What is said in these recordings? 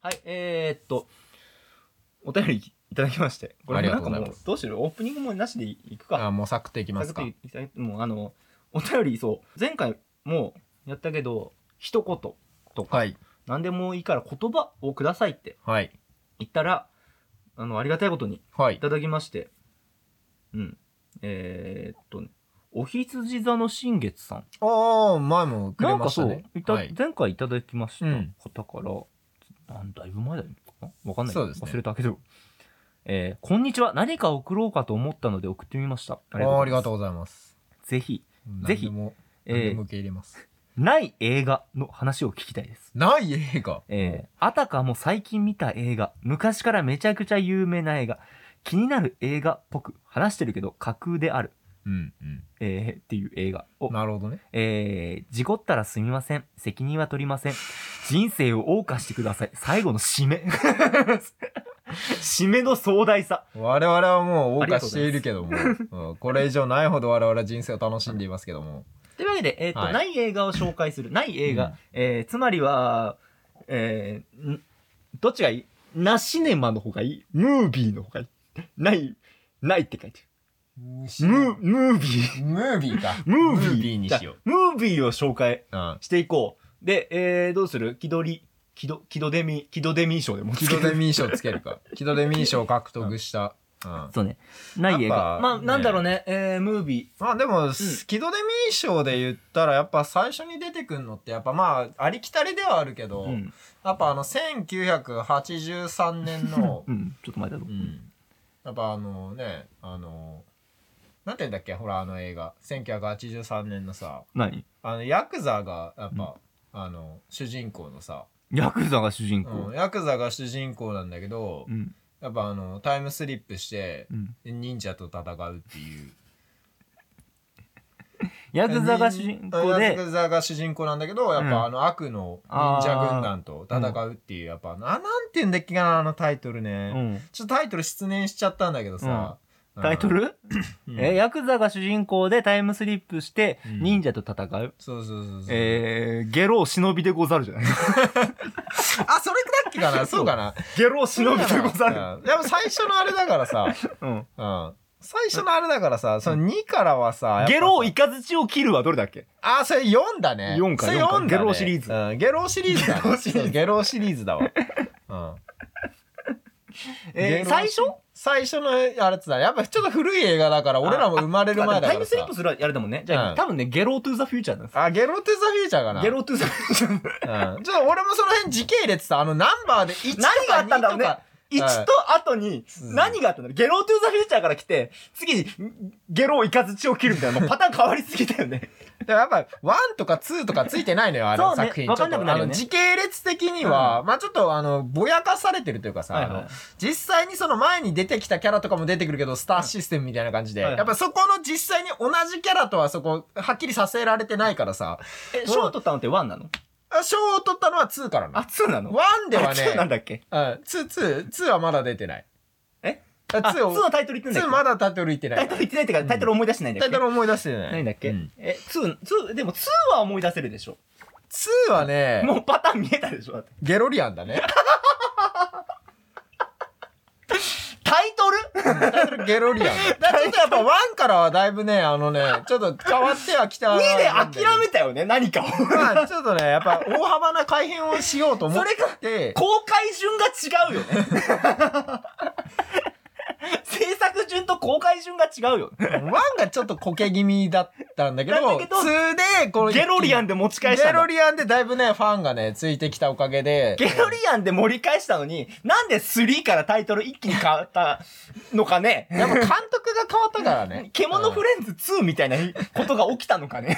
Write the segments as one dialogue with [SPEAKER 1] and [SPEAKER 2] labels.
[SPEAKER 1] はい、えー、っと、お便りいただきまして、こ
[SPEAKER 2] あ
[SPEAKER 1] れ
[SPEAKER 2] り
[SPEAKER 1] も
[SPEAKER 2] が
[SPEAKER 1] な
[SPEAKER 2] と
[SPEAKER 1] ん
[SPEAKER 2] う
[SPEAKER 1] か
[SPEAKER 2] ご
[SPEAKER 1] も
[SPEAKER 2] ざいます
[SPEAKER 1] う、どうしよう、オープニングもなしでいく
[SPEAKER 2] あ
[SPEAKER 1] か。
[SPEAKER 2] もうサクッといきますか
[SPEAKER 1] サクッといきたいもう、あの、お便り、そう、前回もやったけど、一言とか、
[SPEAKER 2] はい
[SPEAKER 1] 何でもいいから言葉をくださいって
[SPEAKER 2] はい
[SPEAKER 1] 言ったら、あの、ありがたいことに
[SPEAKER 2] はい
[SPEAKER 1] いただきまして、うん。えー、っとね、おひつじ座の新月さん。
[SPEAKER 2] ああ前もく
[SPEAKER 1] な
[SPEAKER 2] れ
[SPEAKER 1] ん
[SPEAKER 2] ま
[SPEAKER 1] か
[SPEAKER 2] した
[SPEAKER 1] そう、
[SPEAKER 2] ね
[SPEAKER 1] いた
[SPEAKER 2] はい、
[SPEAKER 1] 前回いただきました
[SPEAKER 2] うん
[SPEAKER 1] 方から、なんだいぶ前だよねわかんない
[SPEAKER 2] そうですね
[SPEAKER 1] 忘れたけど、えーこんにちは。何か送ろうかと思ったので送ってみました。
[SPEAKER 2] あーありがと
[SPEAKER 1] う
[SPEAKER 2] う
[SPEAKER 1] ござい
[SPEAKER 2] ございます
[SPEAKER 1] ます。ぜひ、ぜ
[SPEAKER 2] ぜ
[SPEAKER 1] ひ
[SPEAKER 2] ひも
[SPEAKER 1] え
[SPEAKER 2] 何で
[SPEAKER 1] ー
[SPEAKER 2] も受け入れます、
[SPEAKER 1] ない映画の話を聞きたいです。
[SPEAKER 2] ない映画
[SPEAKER 1] えーあたかも最近見た映画、昔からめちゃくちゃ有名な映画、気になる映画っぽく話してるけど架空である、
[SPEAKER 2] うんう
[SPEAKER 1] えーっていう映画を
[SPEAKER 2] んなるほどね
[SPEAKER 1] えー、事故ったらすみません。責任は取りません。人生を謳歌してください。最後の締め。締めの壮大さ。
[SPEAKER 2] 我々はもう謳歌しているけどもうんこれ以上ないほど我々は人生を楽しんでいますけども
[SPEAKER 1] というわけで、えっ、と、
[SPEAKER 2] はい
[SPEAKER 1] ない映画を紹介する。ない映画。
[SPEAKER 2] うん
[SPEAKER 1] えー、つまりは、えー、んどっちがいいなシネマの方がいいムービーの方がいいない、ないって書いて
[SPEAKER 2] ム
[SPEAKER 1] る。ムー、ムービー。
[SPEAKER 2] ムービーか
[SPEAKER 1] ムービー
[SPEAKER 2] にしよう
[SPEAKER 1] じゃあムービーを紹介
[SPEAKER 2] うん
[SPEAKER 1] していこう。で、えー、どうする気取り、気取、気取デミ、気取デミ賞でもつけ
[SPEAKER 2] キ
[SPEAKER 1] る
[SPEAKER 2] ドデミー賞つけるかキドデミー賞を獲得した、うん、
[SPEAKER 1] そうね。ない映
[SPEAKER 2] や
[SPEAKER 1] 画
[SPEAKER 2] っ。ぱ
[SPEAKER 1] まあ、
[SPEAKER 2] ね
[SPEAKER 1] なんだろうね。えー、ムービ
[SPEAKER 2] まあでも、キドデミー賞で言ったらやっぱ最初に出てくるのってやっぱまあありきたりではあるけど、
[SPEAKER 1] ー。うん。、
[SPEAKER 2] やっぱあの1983年の
[SPEAKER 1] うん。ちょっと前だろ
[SPEAKER 2] う。ん、 やっぱあのねあのなんて言うんだっけほらあの映画1983年のさ
[SPEAKER 1] 何
[SPEAKER 2] あのヤクザがやっぱ、あの主人公のさ、
[SPEAKER 1] ヤクザが主人
[SPEAKER 2] う
[SPEAKER 1] 公
[SPEAKER 2] ん、。ヤクザが主人公なんだけど、
[SPEAKER 1] うん。
[SPEAKER 2] やっぱあのタイムスリップして
[SPEAKER 1] うん。
[SPEAKER 2] 忍者と戦うっていう
[SPEAKER 1] ヤクザが主人公
[SPEAKER 2] ヤ
[SPEAKER 1] で、
[SPEAKER 2] クザが主人公なんだけど、やっ
[SPEAKER 1] うん
[SPEAKER 2] ぱあの悪の忍者軍団と戦うっていう、やっぱ、な、なんて言うんだっけかな、あのタイトル
[SPEAKER 1] う
[SPEAKER 2] ね。
[SPEAKER 1] ん。
[SPEAKER 2] ちょっとタイトル失念しちゃったんだけどさ。うん
[SPEAKER 1] タイトル
[SPEAKER 2] うん
[SPEAKER 1] え、ヤクザが主人公でタイムスリップして、
[SPEAKER 2] うん
[SPEAKER 1] 忍者と戦う。
[SPEAKER 2] そうそうそうそう。
[SPEAKER 1] えー、ゲロを忍びでござるじゃ ない
[SPEAKER 2] あ、それだっけ かなそうかな。
[SPEAKER 1] ゲロを忍びでござる。
[SPEAKER 2] うんでも最初のあれだから さ、
[SPEAKER 1] うん。
[SPEAKER 2] うん。最初のあれだからさ、その2からはさ、やっぱさ
[SPEAKER 1] ゲロをイカズチを切るはどれだっけ
[SPEAKER 2] あ、それ4だね。
[SPEAKER 1] 四か
[SPEAKER 2] それ
[SPEAKER 1] 四か
[SPEAKER 2] 四だね
[SPEAKER 1] ゲロシリーズ
[SPEAKER 2] うん、ゲロシリーズだね。
[SPEAKER 1] ゲロシリーズ
[SPEAKER 2] そうゲロシリーズ だわ。うん。ゲ
[SPEAKER 1] えー、
[SPEAKER 2] ロを
[SPEAKER 1] 最初
[SPEAKER 2] 最初のあれってさ、やっぱちょっと古い映画だから、俺らも生まれる前だからさ。
[SPEAKER 1] タイムスリップするあれだもんね。じゃ
[SPEAKER 2] う
[SPEAKER 1] あ、
[SPEAKER 2] ん
[SPEAKER 1] 多分ね、ゲロトゥーザフューチャーなんです。
[SPEAKER 2] あ、ゲロトゥザフューチャーかな。
[SPEAKER 1] ゲロトゥーザフューチャー。
[SPEAKER 2] うん。ちょっと俺もその辺時系列さ、あのナンバーで1とか
[SPEAKER 1] 何があったんだろうね
[SPEAKER 2] 2とか
[SPEAKER 1] 1と後に
[SPEAKER 2] うん
[SPEAKER 1] 何があったんだろうゲロトゥーザフューチャーから来て、次にゲロをイカズチを切るみた いな、もうパターン変わりすぎだよね。
[SPEAKER 2] でもやっぱ1とか2とかついてないのよ、あ
[SPEAKER 1] そ
[SPEAKER 2] の
[SPEAKER 1] うね
[SPEAKER 2] 作品。
[SPEAKER 1] わかんなくなるよね
[SPEAKER 2] ちょっとあの時系列的には、まあちょっとあの、ぼやかされてるというかさ、
[SPEAKER 1] はいはい
[SPEAKER 2] あの実際にその前に出てきたキャラとかも出てくるけど、スターシステムみたいな感じで、
[SPEAKER 1] はいはい
[SPEAKER 2] やっぱそこの実際に同じキャラとはそこ、はっきりさせられてないからさ、
[SPEAKER 1] え、ショートタウンって1なの
[SPEAKER 2] あ賞を取ったのは2からな
[SPEAKER 1] あ、。2なの
[SPEAKER 2] 1では
[SPEAKER 1] あ2な
[SPEAKER 2] ね
[SPEAKER 1] ん、だっけ
[SPEAKER 2] うん、ツー、ツー、ツーはまだ出てない。
[SPEAKER 1] え
[SPEAKER 2] あ
[SPEAKER 1] あ、
[SPEAKER 2] ツー
[SPEAKER 1] 2
[SPEAKER 2] を
[SPEAKER 1] の、タイトル言って
[SPEAKER 2] ツ
[SPEAKER 1] ない
[SPEAKER 2] ー
[SPEAKER 1] んだ
[SPEAKER 2] ま
[SPEAKER 1] っ
[SPEAKER 2] だタイトル言って
[SPEAKER 1] け
[SPEAKER 2] な
[SPEAKER 1] タ
[SPEAKER 2] い
[SPEAKER 1] イト。ル言ってないってからタイトル思い出してないんだ
[SPEAKER 2] タ
[SPEAKER 1] っ
[SPEAKER 2] イ
[SPEAKER 1] け
[SPEAKER 2] トル思い出してない。
[SPEAKER 1] 何だっけ
[SPEAKER 2] うん
[SPEAKER 1] え、2、2、でも2は思い出せるでしょ。
[SPEAKER 2] ツーはね、
[SPEAKER 1] もうパターン見えたでしょだって
[SPEAKER 2] ゲロリアンだね。
[SPEAKER 1] タイトル
[SPEAKER 2] タイトルゲロリアン。だからちょっとやっぱワンからはだいぶね、あのね、ちょっと変わってはきた。
[SPEAKER 1] ?2 で諦めたよね、何 かを。
[SPEAKER 2] まあちょっとね、やっぱ大幅な改変をしようと思っ
[SPEAKER 1] それか
[SPEAKER 2] て、
[SPEAKER 1] 公開順が違うよ ね。制作順と公開順が違うよね。
[SPEAKER 2] ワンがちょっとコケ気味だったんだけど、ツ
[SPEAKER 1] なんだけど
[SPEAKER 2] ーで、この一気に
[SPEAKER 1] ゲロリアンで持ち返した
[SPEAKER 2] ゲ
[SPEAKER 1] んだ
[SPEAKER 2] ロリアンでだいぶね、ファンがね、ついてきたおかげで、
[SPEAKER 1] ゲロリアンで盛り返したのに、なんで3からタイトル一気に変わったのかね。
[SPEAKER 2] やっぱ監督が変わったからね
[SPEAKER 1] 獣フレンズ2みたいなことが起きたのかね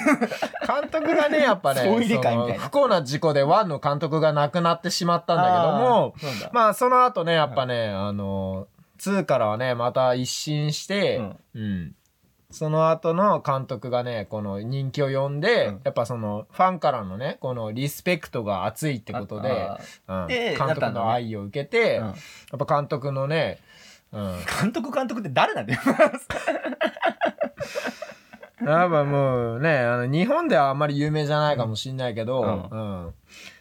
[SPEAKER 2] 監督がね、やっぱね、
[SPEAKER 1] 総入れ替えみたいな
[SPEAKER 2] その不幸な事故でワンの監督が亡くなってしまったんだけども
[SPEAKER 1] あ、ーそうだ
[SPEAKER 2] まあその後ね、やっぱね、あの、2からはね、また一新して、うん。その後の監督がね、この人気を呼んで、
[SPEAKER 1] うん
[SPEAKER 2] やっぱそのファンからのね、このリスペクトが熱いってことで、
[SPEAKER 1] あ
[SPEAKER 2] うん
[SPEAKER 1] で
[SPEAKER 2] 監督の愛を受けて、
[SPEAKER 1] うん
[SPEAKER 2] やっぱ監督のね、うん、
[SPEAKER 1] 監督監督って誰なんだよ。
[SPEAKER 2] やっぱもうね、あの日本ではあんまり有名じゃないかもしんないけど、
[SPEAKER 1] う
[SPEAKER 2] うん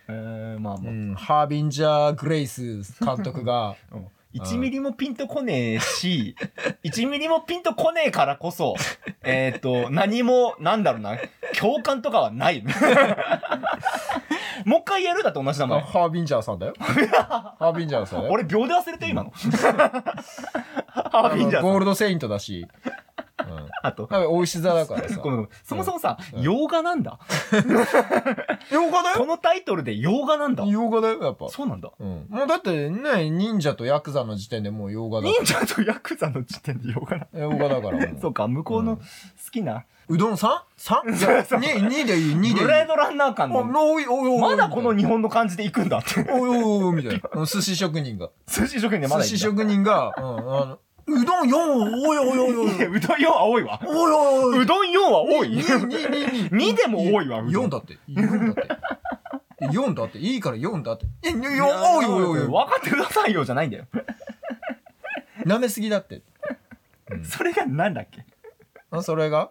[SPEAKER 1] えー、まあ
[SPEAKER 2] う
[SPEAKER 1] まあ、
[SPEAKER 2] ん、ハービンジャー・グレイス監督が
[SPEAKER 1] うん1ミリもピンとこねえし、1ミリもピンとこねえからこ そ、えっ、と、何も、なんだろうな、共感とかは ない。もう一回やるだと同じだ
[SPEAKER 2] あ
[SPEAKER 1] もん。
[SPEAKER 2] ハービンジャーさんだよハービンジャーさんだよ
[SPEAKER 1] 俺秒で忘れて今の。ハービンジャー
[SPEAKER 2] あの
[SPEAKER 1] さ
[SPEAKER 2] ゴー
[SPEAKER 1] ん
[SPEAKER 2] ルド・セイントだし、うん、
[SPEAKER 1] あと、
[SPEAKER 2] 多分お牛座だからさ
[SPEAKER 1] ごめんごめんそもそもさ、
[SPEAKER 2] うん
[SPEAKER 1] 洋画なんだ。
[SPEAKER 2] 洋画だ
[SPEAKER 1] このタイトルで洋画なんだ。
[SPEAKER 2] 洋画だよやっぱ
[SPEAKER 1] そうなんだ。
[SPEAKER 2] うん、もうだってね忍者とヤクザの時点でもう洋画だ
[SPEAKER 1] 忍者とヤクザの時点で洋画なんだ。
[SPEAKER 2] 洋画だからも
[SPEAKER 1] そううか、向こう
[SPEAKER 2] うん
[SPEAKER 1] の好きな、
[SPEAKER 2] うどん 3?3? じゃあ2二でいい2でいい
[SPEAKER 1] ブレードランナー感
[SPEAKER 2] あ
[SPEAKER 1] の、
[SPEAKER 2] おいおいおいおい
[SPEAKER 1] まだこの日本の感じで行くんだって。
[SPEAKER 2] おいおいおいみたいな寿司職人が
[SPEAKER 1] 寿司職人まだ
[SPEAKER 2] 寿
[SPEAKER 1] いる
[SPEAKER 2] 司職人が、うん、あのうどん4おいおいおいおいおいおい
[SPEAKER 1] いやうどん4は多いわ。
[SPEAKER 2] おいおいう
[SPEAKER 1] どん4は多い。
[SPEAKER 2] 2
[SPEAKER 1] 2でも多いわ。うどん
[SPEAKER 2] 4だって4だって4だっていいから4だってえよよおいおいおいおい
[SPEAKER 1] 分かってくださいよじゃないんだよ。
[SPEAKER 2] 舐めすぎだって
[SPEAKER 1] それがなんだっけ
[SPEAKER 2] あそれが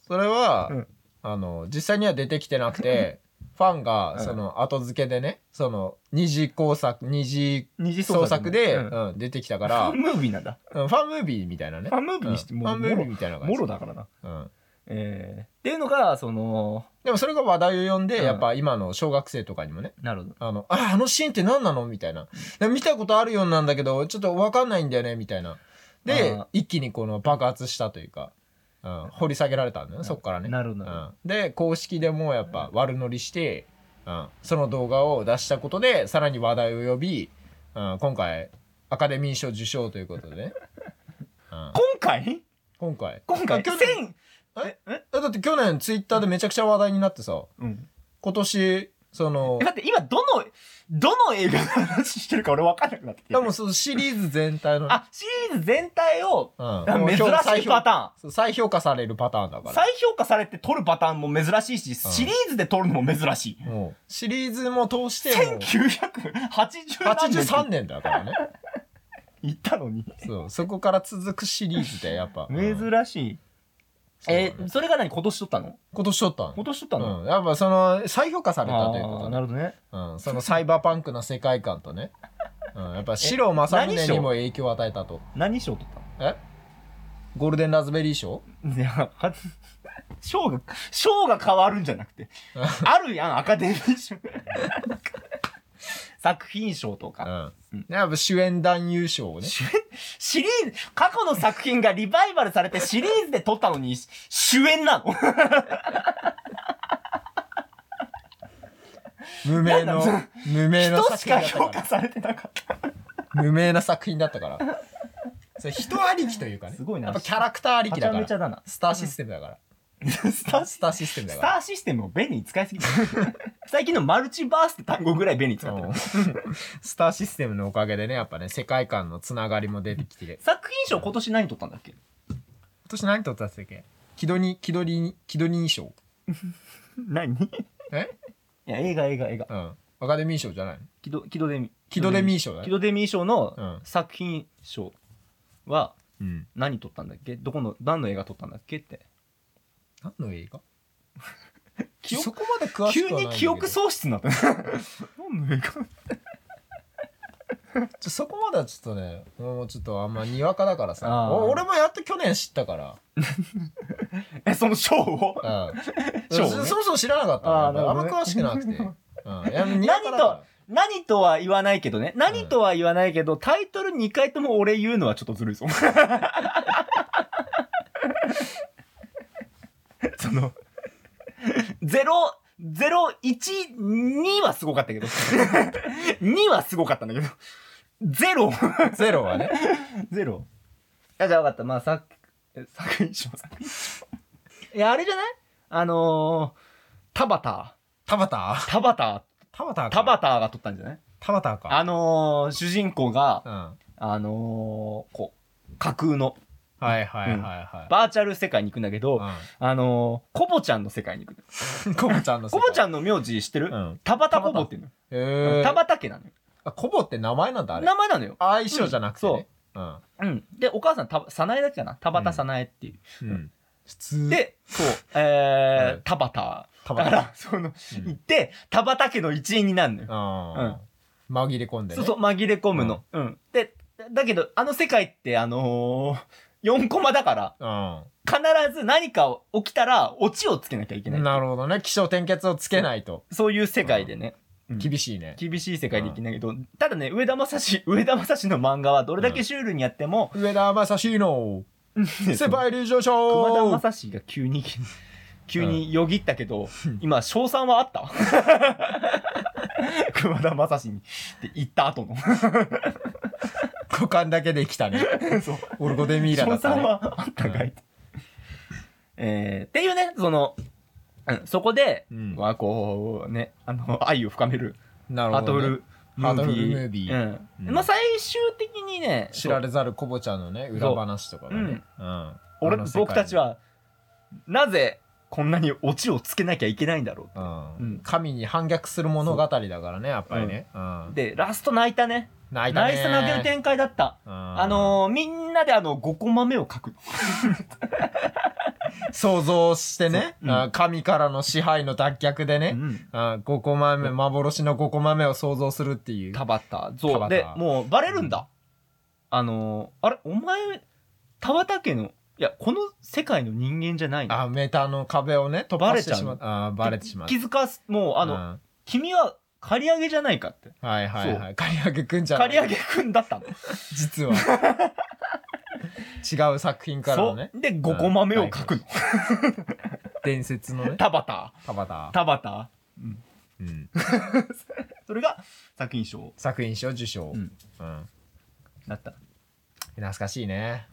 [SPEAKER 2] それは、
[SPEAKER 1] うん
[SPEAKER 2] あの実際には出てきてなくてファンが
[SPEAKER 1] うん
[SPEAKER 2] その後付けでねその二次工作二次
[SPEAKER 1] 二次
[SPEAKER 2] 創作で、
[SPEAKER 1] うんフ
[SPEAKER 2] うん出てきたか
[SPEAKER 1] ァ
[SPEAKER 2] ら
[SPEAKER 1] ンムービーなんだ。
[SPEAKER 2] うんファンムービーみたいなね
[SPEAKER 1] ファンムービーにして
[SPEAKER 2] うん
[SPEAKER 1] も
[SPEAKER 2] ファンムービーみたいな感じ
[SPEAKER 1] もろだからな。
[SPEAKER 2] うん
[SPEAKER 1] えー、っていうのが、その、
[SPEAKER 2] でもそれが話題を呼んで、
[SPEAKER 1] うん
[SPEAKER 2] やっぱ今の小学生とかにもね
[SPEAKER 1] なるほど。
[SPEAKER 2] あのああのシーンって何なのみたいなで見たことあるようなんだけどちょっと分かんないんだよねみたいなで
[SPEAKER 1] あー
[SPEAKER 2] 一気にこの爆発したというか、うん、掘り下げられたんだよねそっからね
[SPEAKER 1] なるほど。
[SPEAKER 2] うん、で公式でもうやっぱ悪乗りして、うん、その動画を出したことでさらに話題を呼び、うん、今回アカデミー賞受賞ということでね、う
[SPEAKER 1] 今
[SPEAKER 2] ん、
[SPEAKER 1] 回
[SPEAKER 2] 今回
[SPEAKER 1] 今回、
[SPEAKER 2] 去
[SPEAKER 1] 去
[SPEAKER 2] 年
[SPEAKER 1] 年
[SPEAKER 2] えだって去年ツイッターでめちゃくちゃ話題になってさ
[SPEAKER 1] うん。
[SPEAKER 2] 今年その
[SPEAKER 1] えだって今、どの、どの映画の話してるか俺分かんなくなってきて
[SPEAKER 2] で
[SPEAKER 1] る。
[SPEAKER 2] もそのシリーズ全体のね、
[SPEAKER 1] あ、シリーズ全体を、
[SPEAKER 2] うん
[SPEAKER 1] 珍しいパターン。
[SPEAKER 2] そう再評価されるパターンだから
[SPEAKER 1] 再評価されて撮るパターンも珍しいし、
[SPEAKER 2] うん
[SPEAKER 1] シリーズで撮るのも珍しい。
[SPEAKER 2] もうシリーズも通しても
[SPEAKER 1] 1983
[SPEAKER 2] 83
[SPEAKER 1] 年
[SPEAKER 2] 年だからね
[SPEAKER 1] 行ったのに。
[SPEAKER 2] そうそこから続くシリーズでやっぱ、うん
[SPEAKER 1] 珍しい。
[SPEAKER 2] そうだ
[SPEAKER 1] え
[SPEAKER 2] ね
[SPEAKER 1] ー、それが何今年撮ったの
[SPEAKER 2] 今年撮ったの
[SPEAKER 1] 今年撮ったの
[SPEAKER 2] うん、やっぱその再評価されたというこ
[SPEAKER 1] あー
[SPEAKER 2] と
[SPEAKER 1] な
[SPEAKER 2] ね、
[SPEAKER 1] るほどね。
[SPEAKER 2] うん、そのサイバーパンクな世界観とね、うん、やっぱ四郎正
[SPEAKER 1] 何
[SPEAKER 2] 宗
[SPEAKER 1] 賞
[SPEAKER 2] にも影響を与えたと
[SPEAKER 1] 何賞撮った
[SPEAKER 2] えゴールデンラズベリー賞
[SPEAKER 1] のいや、は賞が、賞が変わるんじゃな くて。あるやん、アカデミー賞。作品賞と
[SPEAKER 2] う
[SPEAKER 1] か。
[SPEAKER 2] ん
[SPEAKER 1] うん
[SPEAKER 2] やっぱ主演男優賞をね
[SPEAKER 1] 主演シリーズ、過去の作品がリバイバルされてシリーズで撮ったのに、主演なの
[SPEAKER 2] 無名
[SPEAKER 1] な
[SPEAKER 2] の
[SPEAKER 1] んだ
[SPEAKER 2] 無名の
[SPEAKER 1] 人
[SPEAKER 2] 作
[SPEAKER 1] し
[SPEAKER 2] 品だ
[SPEAKER 1] か
[SPEAKER 2] った
[SPEAKER 1] 評
[SPEAKER 2] か
[SPEAKER 1] 価されてなかった。
[SPEAKER 2] ら無名な作品だったからそれ人ありきというかね
[SPEAKER 1] すごいな
[SPEAKER 2] やっぱキャラクターありきだ
[SPEAKER 1] め
[SPEAKER 2] か
[SPEAKER 1] ちゃめちゃだ
[SPEAKER 2] ら
[SPEAKER 1] な
[SPEAKER 2] スターシステムだから、
[SPEAKER 1] スター
[SPEAKER 2] スターシステムだ
[SPEAKER 1] ス
[SPEAKER 2] か
[SPEAKER 1] タ
[SPEAKER 2] ら
[SPEAKER 1] ーシステムを便利に使いすぎてる最近のマルチバースって単語ぐらい便利に使って
[SPEAKER 2] う
[SPEAKER 1] る
[SPEAKER 2] んスターシステムのおかげでねやっぱね世界観のつながりも出てきて
[SPEAKER 1] 作品賞今年何取ったんだっけ
[SPEAKER 2] 今年何取ったっけ気取り、気取り、気取り賞。
[SPEAKER 1] 何い
[SPEAKER 2] え
[SPEAKER 1] や映画映画映画
[SPEAKER 2] うん。アカデミー賞じゃないの
[SPEAKER 1] キドキドデミ
[SPEAKER 2] キドデミー賞だ
[SPEAKER 1] キ
[SPEAKER 2] ね。
[SPEAKER 1] ドデミー賞
[SPEAKER 2] う
[SPEAKER 1] の
[SPEAKER 2] ん
[SPEAKER 1] 作品賞は
[SPEAKER 2] うん。
[SPEAKER 1] 何取ったんだっけどこの何の映画取ったんだっけって
[SPEAKER 2] 何の映画
[SPEAKER 1] 記憶
[SPEAKER 2] そこまで詳し
[SPEAKER 1] 急
[SPEAKER 2] くはな
[SPEAKER 1] に
[SPEAKER 2] いんだけど。
[SPEAKER 1] 記憶喪失になった 何の映画
[SPEAKER 2] ちょそこまではちょっとね、もうちょっとあんまにわかだから
[SPEAKER 1] あ
[SPEAKER 2] さ。
[SPEAKER 1] ー
[SPEAKER 2] お俺もやっと去年知ったから。
[SPEAKER 1] えその賞を
[SPEAKER 2] うん。
[SPEAKER 1] 賞ね
[SPEAKER 2] そそもそも知らなかったの
[SPEAKER 1] あー
[SPEAKER 2] やっぱあん
[SPEAKER 1] な
[SPEAKER 2] ま
[SPEAKER 1] るほどね
[SPEAKER 2] 詳しくなくて。うん。いやにわかだから
[SPEAKER 1] 何とは言わないけどね何とは言わないけど、タイトル2回とも俺言うのはちょっとずるい ぞその012はすごか ったけど2はすごかったんだけど0
[SPEAKER 2] ゼロはね。
[SPEAKER 1] ゼロあじゃあ分かったまあ作え作品賞作品賞いやあれじゃないあのー、タバタ
[SPEAKER 2] タバタ
[SPEAKER 1] タバタ
[SPEAKER 2] タバタか
[SPEAKER 1] タバタが取ったんじゃない
[SPEAKER 2] タバタか。
[SPEAKER 1] あのー、主人公が
[SPEAKER 2] う、ん。は
[SPEAKER 1] あのー、こう、架空の
[SPEAKER 2] いはいはいは
[SPEAKER 1] バーチャル世界に行くんだけ
[SPEAKER 2] い。
[SPEAKER 1] ど、あのー、コボちゃんの世界に行く。
[SPEAKER 2] うん。コボちゃんの世
[SPEAKER 1] コ
[SPEAKER 2] 界。
[SPEAKER 1] ボち
[SPEAKER 2] ゃん。
[SPEAKER 1] ゃんの名字知ってる、
[SPEAKER 2] うん。
[SPEAKER 1] タバタコボっていう
[SPEAKER 2] へ
[SPEAKER 1] の。タ
[SPEAKER 2] ー
[SPEAKER 1] バタ家なのよ。
[SPEAKER 2] あコボって名前なんだあれ。
[SPEAKER 1] 名前なのよ。
[SPEAKER 2] 相性じゃなくて、ねうん
[SPEAKER 1] うん。で、お母さん、たサナエだっけかなタバタサナエっていう。
[SPEAKER 2] うん普通
[SPEAKER 1] で、そう、えー
[SPEAKER 2] うん
[SPEAKER 1] タバタ
[SPEAKER 2] た
[SPEAKER 1] だか
[SPEAKER 2] またま
[SPEAKER 1] ら、その、
[SPEAKER 2] うん
[SPEAKER 1] 行って、田畑家の一員になるのよ。
[SPEAKER 2] あー紛れ込んでね
[SPEAKER 1] そうそう、紛れ込むの。うん。で、だけど、あの世界って、あのー、4コマだから、
[SPEAKER 2] うん
[SPEAKER 1] 必ず何か起きたら、オチをつけなきゃいけない。
[SPEAKER 2] なるほどね気象転結をつけないと
[SPEAKER 1] そういう世界でね。うん
[SPEAKER 2] 厳しいね
[SPEAKER 1] 厳しい世界で生きないけど、ただね、上田正史、 上田正史の漫画はどれだけシュールにやっても、
[SPEAKER 2] 上田正史 の 世
[SPEAKER 1] 熊
[SPEAKER 2] 界陸上
[SPEAKER 1] 田
[SPEAKER 2] 賞
[SPEAKER 1] 正史が急に、急によぎったけど、今、賞賛はあった 熊田正史にって言った後の。
[SPEAKER 2] 股間だけできたね
[SPEAKER 1] そう
[SPEAKER 2] オルゴデミーラだ
[SPEAKER 1] 賞
[SPEAKER 2] った
[SPEAKER 1] 賛
[SPEAKER 2] ね
[SPEAKER 1] はあったかいって。えーっていうね、その、うんそこで、
[SPEAKER 2] うん
[SPEAKER 1] はこうね、あの、愛を深める、
[SPEAKER 2] なる
[SPEAKER 1] ハ
[SPEAKER 2] ほ
[SPEAKER 1] ート
[SPEAKER 2] ど
[SPEAKER 1] フ
[SPEAKER 2] ね
[SPEAKER 1] ルムービー。
[SPEAKER 2] ハートフルムービー
[SPEAKER 1] うん。
[SPEAKER 2] うん
[SPEAKER 1] まあ、最終的にね、
[SPEAKER 2] 知られざるコボちゃんのね裏話とかがねうん
[SPEAKER 1] 俺
[SPEAKER 2] あの世界
[SPEAKER 1] 僕たちはなぜこんなにオチをつけなきゃいけないんだろ
[SPEAKER 2] う
[SPEAKER 1] うん
[SPEAKER 2] ん神に反逆する物語だからねやっぱりねう
[SPEAKER 1] うんでラスト泣いたね
[SPEAKER 2] 泣いた
[SPEAKER 1] ナ
[SPEAKER 2] ね
[SPEAKER 1] イス泣ける展開だった
[SPEAKER 2] あ
[SPEAKER 1] あのーみんなであの5コマ目を書く
[SPEAKER 2] 想像してね、
[SPEAKER 1] そう
[SPEAKER 2] あー神からの支配の脱却でね、あー5コマ目、幻の5コマ目を想像するっていう。
[SPEAKER 1] タバタ
[SPEAKER 2] 田
[SPEAKER 1] そう
[SPEAKER 2] 畑
[SPEAKER 1] でもうバレるんだあのーあれお前田畑家のいやこの世界の人間じゃないの
[SPEAKER 2] あーメタの壁をね、突破してしまった。あーバレてしまった
[SPEAKER 1] 気。づかすもうあの、
[SPEAKER 2] うん
[SPEAKER 1] 君は借り上げじゃないかって
[SPEAKER 2] はいはいはい。刈り上げくんじゃない
[SPEAKER 1] 借り上げくんだったの
[SPEAKER 2] 実は。違う作品からのね、
[SPEAKER 1] そうで5コマ目を書くの、
[SPEAKER 2] 伝説のね、
[SPEAKER 1] 田畑
[SPEAKER 2] タバタ。
[SPEAKER 1] 田畑
[SPEAKER 2] うん
[SPEAKER 1] それが作品賞
[SPEAKER 2] 作品賞受賞。
[SPEAKER 1] う
[SPEAKER 2] うんん。
[SPEAKER 1] だった
[SPEAKER 2] 懐かしいね。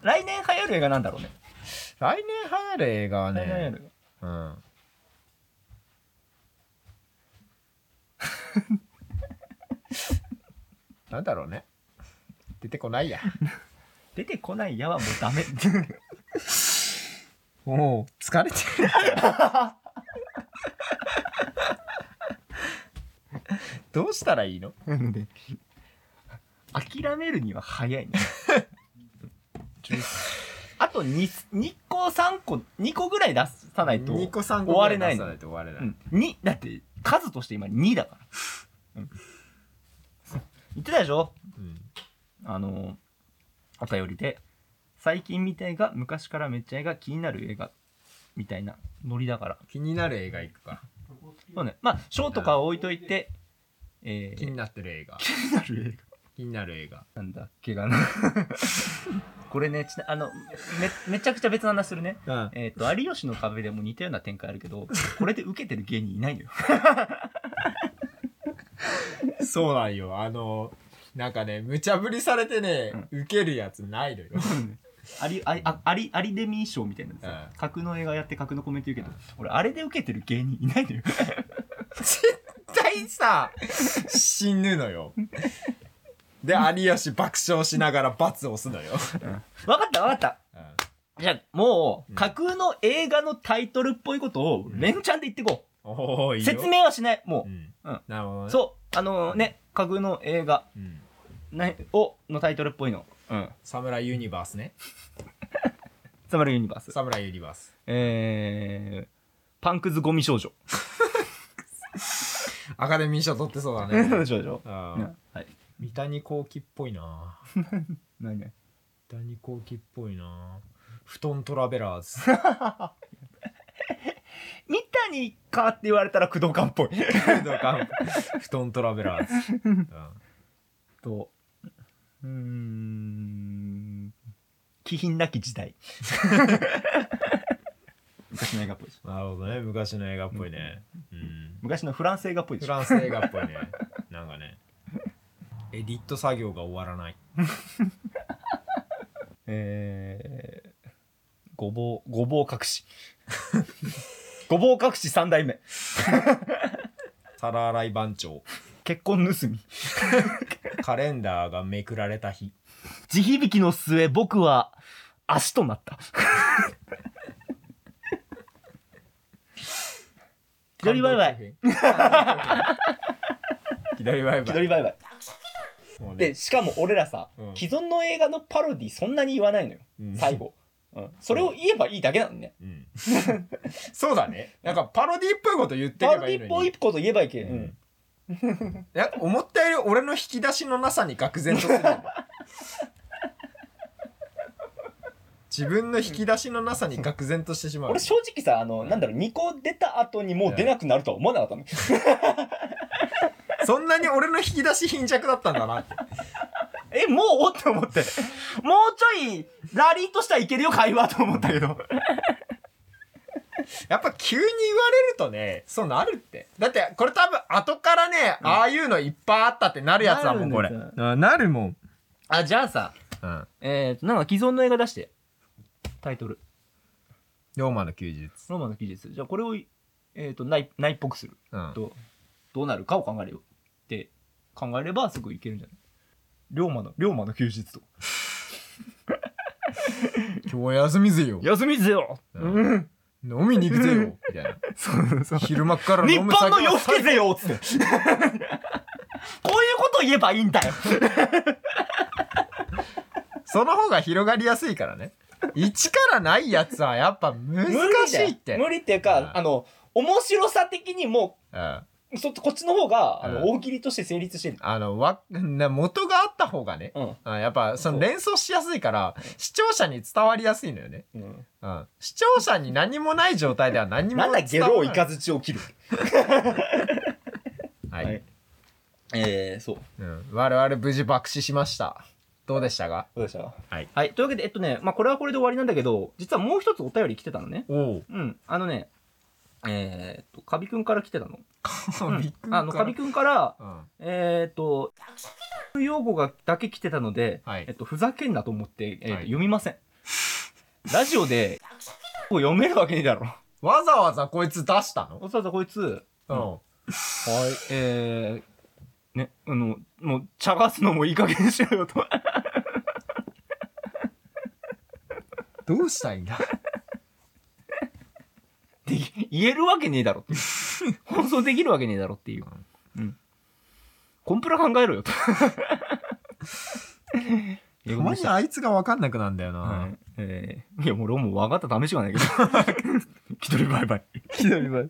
[SPEAKER 2] うん
[SPEAKER 1] 来年流行る映画なんだろうね。
[SPEAKER 2] 来年流行る映画は
[SPEAKER 1] 来年流行
[SPEAKER 2] ね、
[SPEAKER 1] る。
[SPEAKER 2] うん。なんだろうね。出てこないや。
[SPEAKER 1] 出てこないやはもうダ メ。
[SPEAKER 2] もう疲れてる。どうしたらいいの
[SPEAKER 1] なので、諦めるには早 いね。あと 2, 2個3個、2個ぐらい出さないと。
[SPEAKER 2] 二個三個
[SPEAKER 1] 終われないの
[SPEAKER 2] ぐら出さと終われな
[SPEAKER 1] う
[SPEAKER 2] い。
[SPEAKER 1] ん、2だって数として今2だから。うん言ってたでしょ
[SPEAKER 2] うん
[SPEAKER 1] あのお便りで最近みたいが昔からめっちゃ映画気になる映画みたいなノリだから
[SPEAKER 2] 気になる映画行くか。
[SPEAKER 1] そうねまあ賞とかは置いといて、えー
[SPEAKER 2] 気になってる映画。
[SPEAKER 1] 気になる映画
[SPEAKER 2] 気になる映画。
[SPEAKER 1] なんだっけがな。 これね、ちなあのめ、めちゃくちゃ別の話するね。
[SPEAKER 2] うん。
[SPEAKER 1] えっ、と、有吉の壁でも似たような展開あるけど、これで受けてる芸人いないのよ。
[SPEAKER 2] そうなんよ。あの、なんかね、無茶ぶりされてね、受けるやつないのよ。
[SPEAKER 1] あり、あり、ああり、ありデミー賞みたいなや
[SPEAKER 2] う
[SPEAKER 1] つ。格の映画やって格のコメント言うけど、俺、あれで受けてる芸人いないのよ。
[SPEAKER 2] 絶対さ、死ぬのよ。で、有吉爆笑しながら罰を押すのよ。
[SPEAKER 1] わかったわかった。
[SPEAKER 2] うん
[SPEAKER 1] じゃあ、も
[SPEAKER 2] う
[SPEAKER 1] う、
[SPEAKER 2] ん
[SPEAKER 1] 架空の映画のタイトルっぽいことを、
[SPEAKER 2] ん
[SPEAKER 1] 連チャンで言ってこ。
[SPEAKER 2] おーいういよ
[SPEAKER 1] 説明はしない。も
[SPEAKER 2] うん
[SPEAKER 1] うん
[SPEAKER 2] なるほど
[SPEAKER 1] う。
[SPEAKER 2] ね。
[SPEAKER 1] そう。あのね、架空の映画
[SPEAKER 2] うん。
[SPEAKER 1] なを、のタイトルっぽいの。うん。
[SPEAKER 2] サムライユニバースね。
[SPEAKER 1] サマルユニバース。
[SPEAKER 2] サムライユニバース。
[SPEAKER 1] えー、パンクズゴミ少女。
[SPEAKER 2] アカデミー賞取ってそうだ ね。
[SPEAKER 1] 少女。
[SPEAKER 2] あ
[SPEAKER 1] ね
[SPEAKER 2] ー
[SPEAKER 1] はい。
[SPEAKER 2] 三谷幸喜っぽいな。
[SPEAKER 1] 何ね。
[SPEAKER 2] 三谷幸喜っぽいな。布団トラベ ラーズ。
[SPEAKER 1] 三谷かって言われたら工藤官っぽい。
[SPEAKER 2] 布団トラベラーズ。うん
[SPEAKER 1] と、うーん、気品なき時 代。昔の映画っぽいでしょ
[SPEAKER 2] なるほどね。昔の映画っぽいね。うん。
[SPEAKER 1] 昔のフランス映画っぽいで
[SPEAKER 2] フ
[SPEAKER 1] しょ
[SPEAKER 2] ランス映画っぽいね。なんかね。エディット作業が終わらない。
[SPEAKER 1] えー、ごぼう、ごぼう隠 し。ごぼう隠し三代目。
[SPEAKER 2] 皿洗い番長。
[SPEAKER 1] 結婚盗み。
[SPEAKER 2] カレンダーがめくられた日。
[SPEAKER 1] 地響きの末、僕は足となった。左バイバイ。
[SPEAKER 2] 左バイバイ。
[SPEAKER 1] 左バイバイ。
[SPEAKER 2] もうね
[SPEAKER 1] で、しかも俺らさ、
[SPEAKER 2] うん
[SPEAKER 1] 既存の映画のパロディそんなに言わないのよ。
[SPEAKER 2] うん
[SPEAKER 1] 最後。
[SPEAKER 3] うんそれを言えばいいだけなのね。
[SPEAKER 2] うん、そうだねなんかパロディっぽいこと言って
[SPEAKER 3] パ
[SPEAKER 2] れ
[SPEAKER 3] ロ
[SPEAKER 2] ばい
[SPEAKER 3] デ
[SPEAKER 2] い
[SPEAKER 3] ィ
[SPEAKER 2] の
[SPEAKER 3] っ
[SPEAKER 2] に
[SPEAKER 3] ぽいこと言えばいいけん。うん
[SPEAKER 2] うん いや思ったより俺の引き出しのなさに愕然とする 自分の引き出しのなさに愕然としてしまう
[SPEAKER 3] 俺正直さ、あの、なんだろう、2個出た後にもう出なくなるとは思わなかったの。
[SPEAKER 2] そんなに俺の引き出し貧弱だったんだなって
[SPEAKER 1] え、もうって思って。もうちょい、ラリーとしたらいけるよ、会話と思ったけど。
[SPEAKER 2] やっぱ急に言われるとねそうなるってだってこれ多分後からね、ああいうのいっぱいあったってなるやつだもんこれ
[SPEAKER 1] なるんです
[SPEAKER 2] うんなるもん、
[SPEAKER 1] あ、じゃあさ、
[SPEAKER 2] うん、
[SPEAKER 1] えーと、なんか既存の映画出して。タイトル。
[SPEAKER 2] ローマの休日、
[SPEAKER 1] ローマの記述。じゃあこれを、えーと、ない、ないっぽくする。
[SPEAKER 2] うん、
[SPEAKER 1] と、どうなるかを考えるよって考えればすぐいけるんじゃない龍馬の、龍馬の休日と。
[SPEAKER 2] 今日は休みぜよ
[SPEAKER 1] 休みぜよ
[SPEAKER 2] うん飲みに行くぜよみたいな
[SPEAKER 1] そうそう。
[SPEAKER 2] 昼間っか ら
[SPEAKER 1] 日本
[SPEAKER 2] 飲む酒
[SPEAKER 1] の
[SPEAKER 2] は
[SPEAKER 1] 夜更けぜよつって。 こういうこと言えばいいんだよ。
[SPEAKER 2] その方が広がりやすいからね。一からないやつはやっぱ難しいって。
[SPEAKER 3] 無理っていう
[SPEAKER 2] うん
[SPEAKER 3] か、あの、面白さ的にも
[SPEAKER 2] うん、
[SPEAKER 3] う、そこっちの方が、あ
[SPEAKER 2] うん
[SPEAKER 3] の、大喜利として成立してる。
[SPEAKER 2] あの、わ、な元があった方がね。
[SPEAKER 3] うん。
[SPEAKER 2] うんやっぱその
[SPEAKER 3] そう
[SPEAKER 2] 連想しやすいから視聴者に伝わりやすいのよね、
[SPEAKER 3] うん
[SPEAKER 2] うん、視聴者に何もない状態では何にも
[SPEAKER 3] な
[SPEAKER 2] 伝
[SPEAKER 3] ん
[SPEAKER 2] わらな
[SPEAKER 3] だ、ゲロをイ
[SPEAKER 2] い
[SPEAKER 3] カズチを切る。
[SPEAKER 2] はい、
[SPEAKER 3] はいえー、そう。
[SPEAKER 2] うん、我々無事爆死しましたどうでしたか
[SPEAKER 3] どうでした
[SPEAKER 1] はい。というわけで、えっとね、まあ、これはこれで終わりなんだけど、実はもう一つお便り来てたのね。
[SPEAKER 2] お お
[SPEAKER 1] うん。あのね、えーっと、カビくんから来てたの。
[SPEAKER 2] カビく
[SPEAKER 1] うんんあの、カビくんから、
[SPEAKER 2] うん
[SPEAKER 1] えーっと、用語がだけ来てたので、
[SPEAKER 2] はい
[SPEAKER 1] えっと、ふざけんなと思って、えーっと
[SPEAKER 2] はい
[SPEAKER 1] 読みません。ラジオ で、読めるわけねえだろ。
[SPEAKER 2] わざわざこいつ出したの
[SPEAKER 1] おさわざこいつ、
[SPEAKER 2] うん、
[SPEAKER 1] はい、えー、ね、あの、もう、茶化すのもいい加減にしろよと。
[SPEAKER 2] どうしたいんだ
[SPEAKER 1] でき言えるわけねえだろ っていう放送できるわけねえだろっていう、うん、コンプラ考えろ よと
[SPEAKER 2] たまにあいつが分かんなくなんだよな、
[SPEAKER 1] はい えーいやもう俺もう分かったためしかないけど一人バイバイ一人バイバイ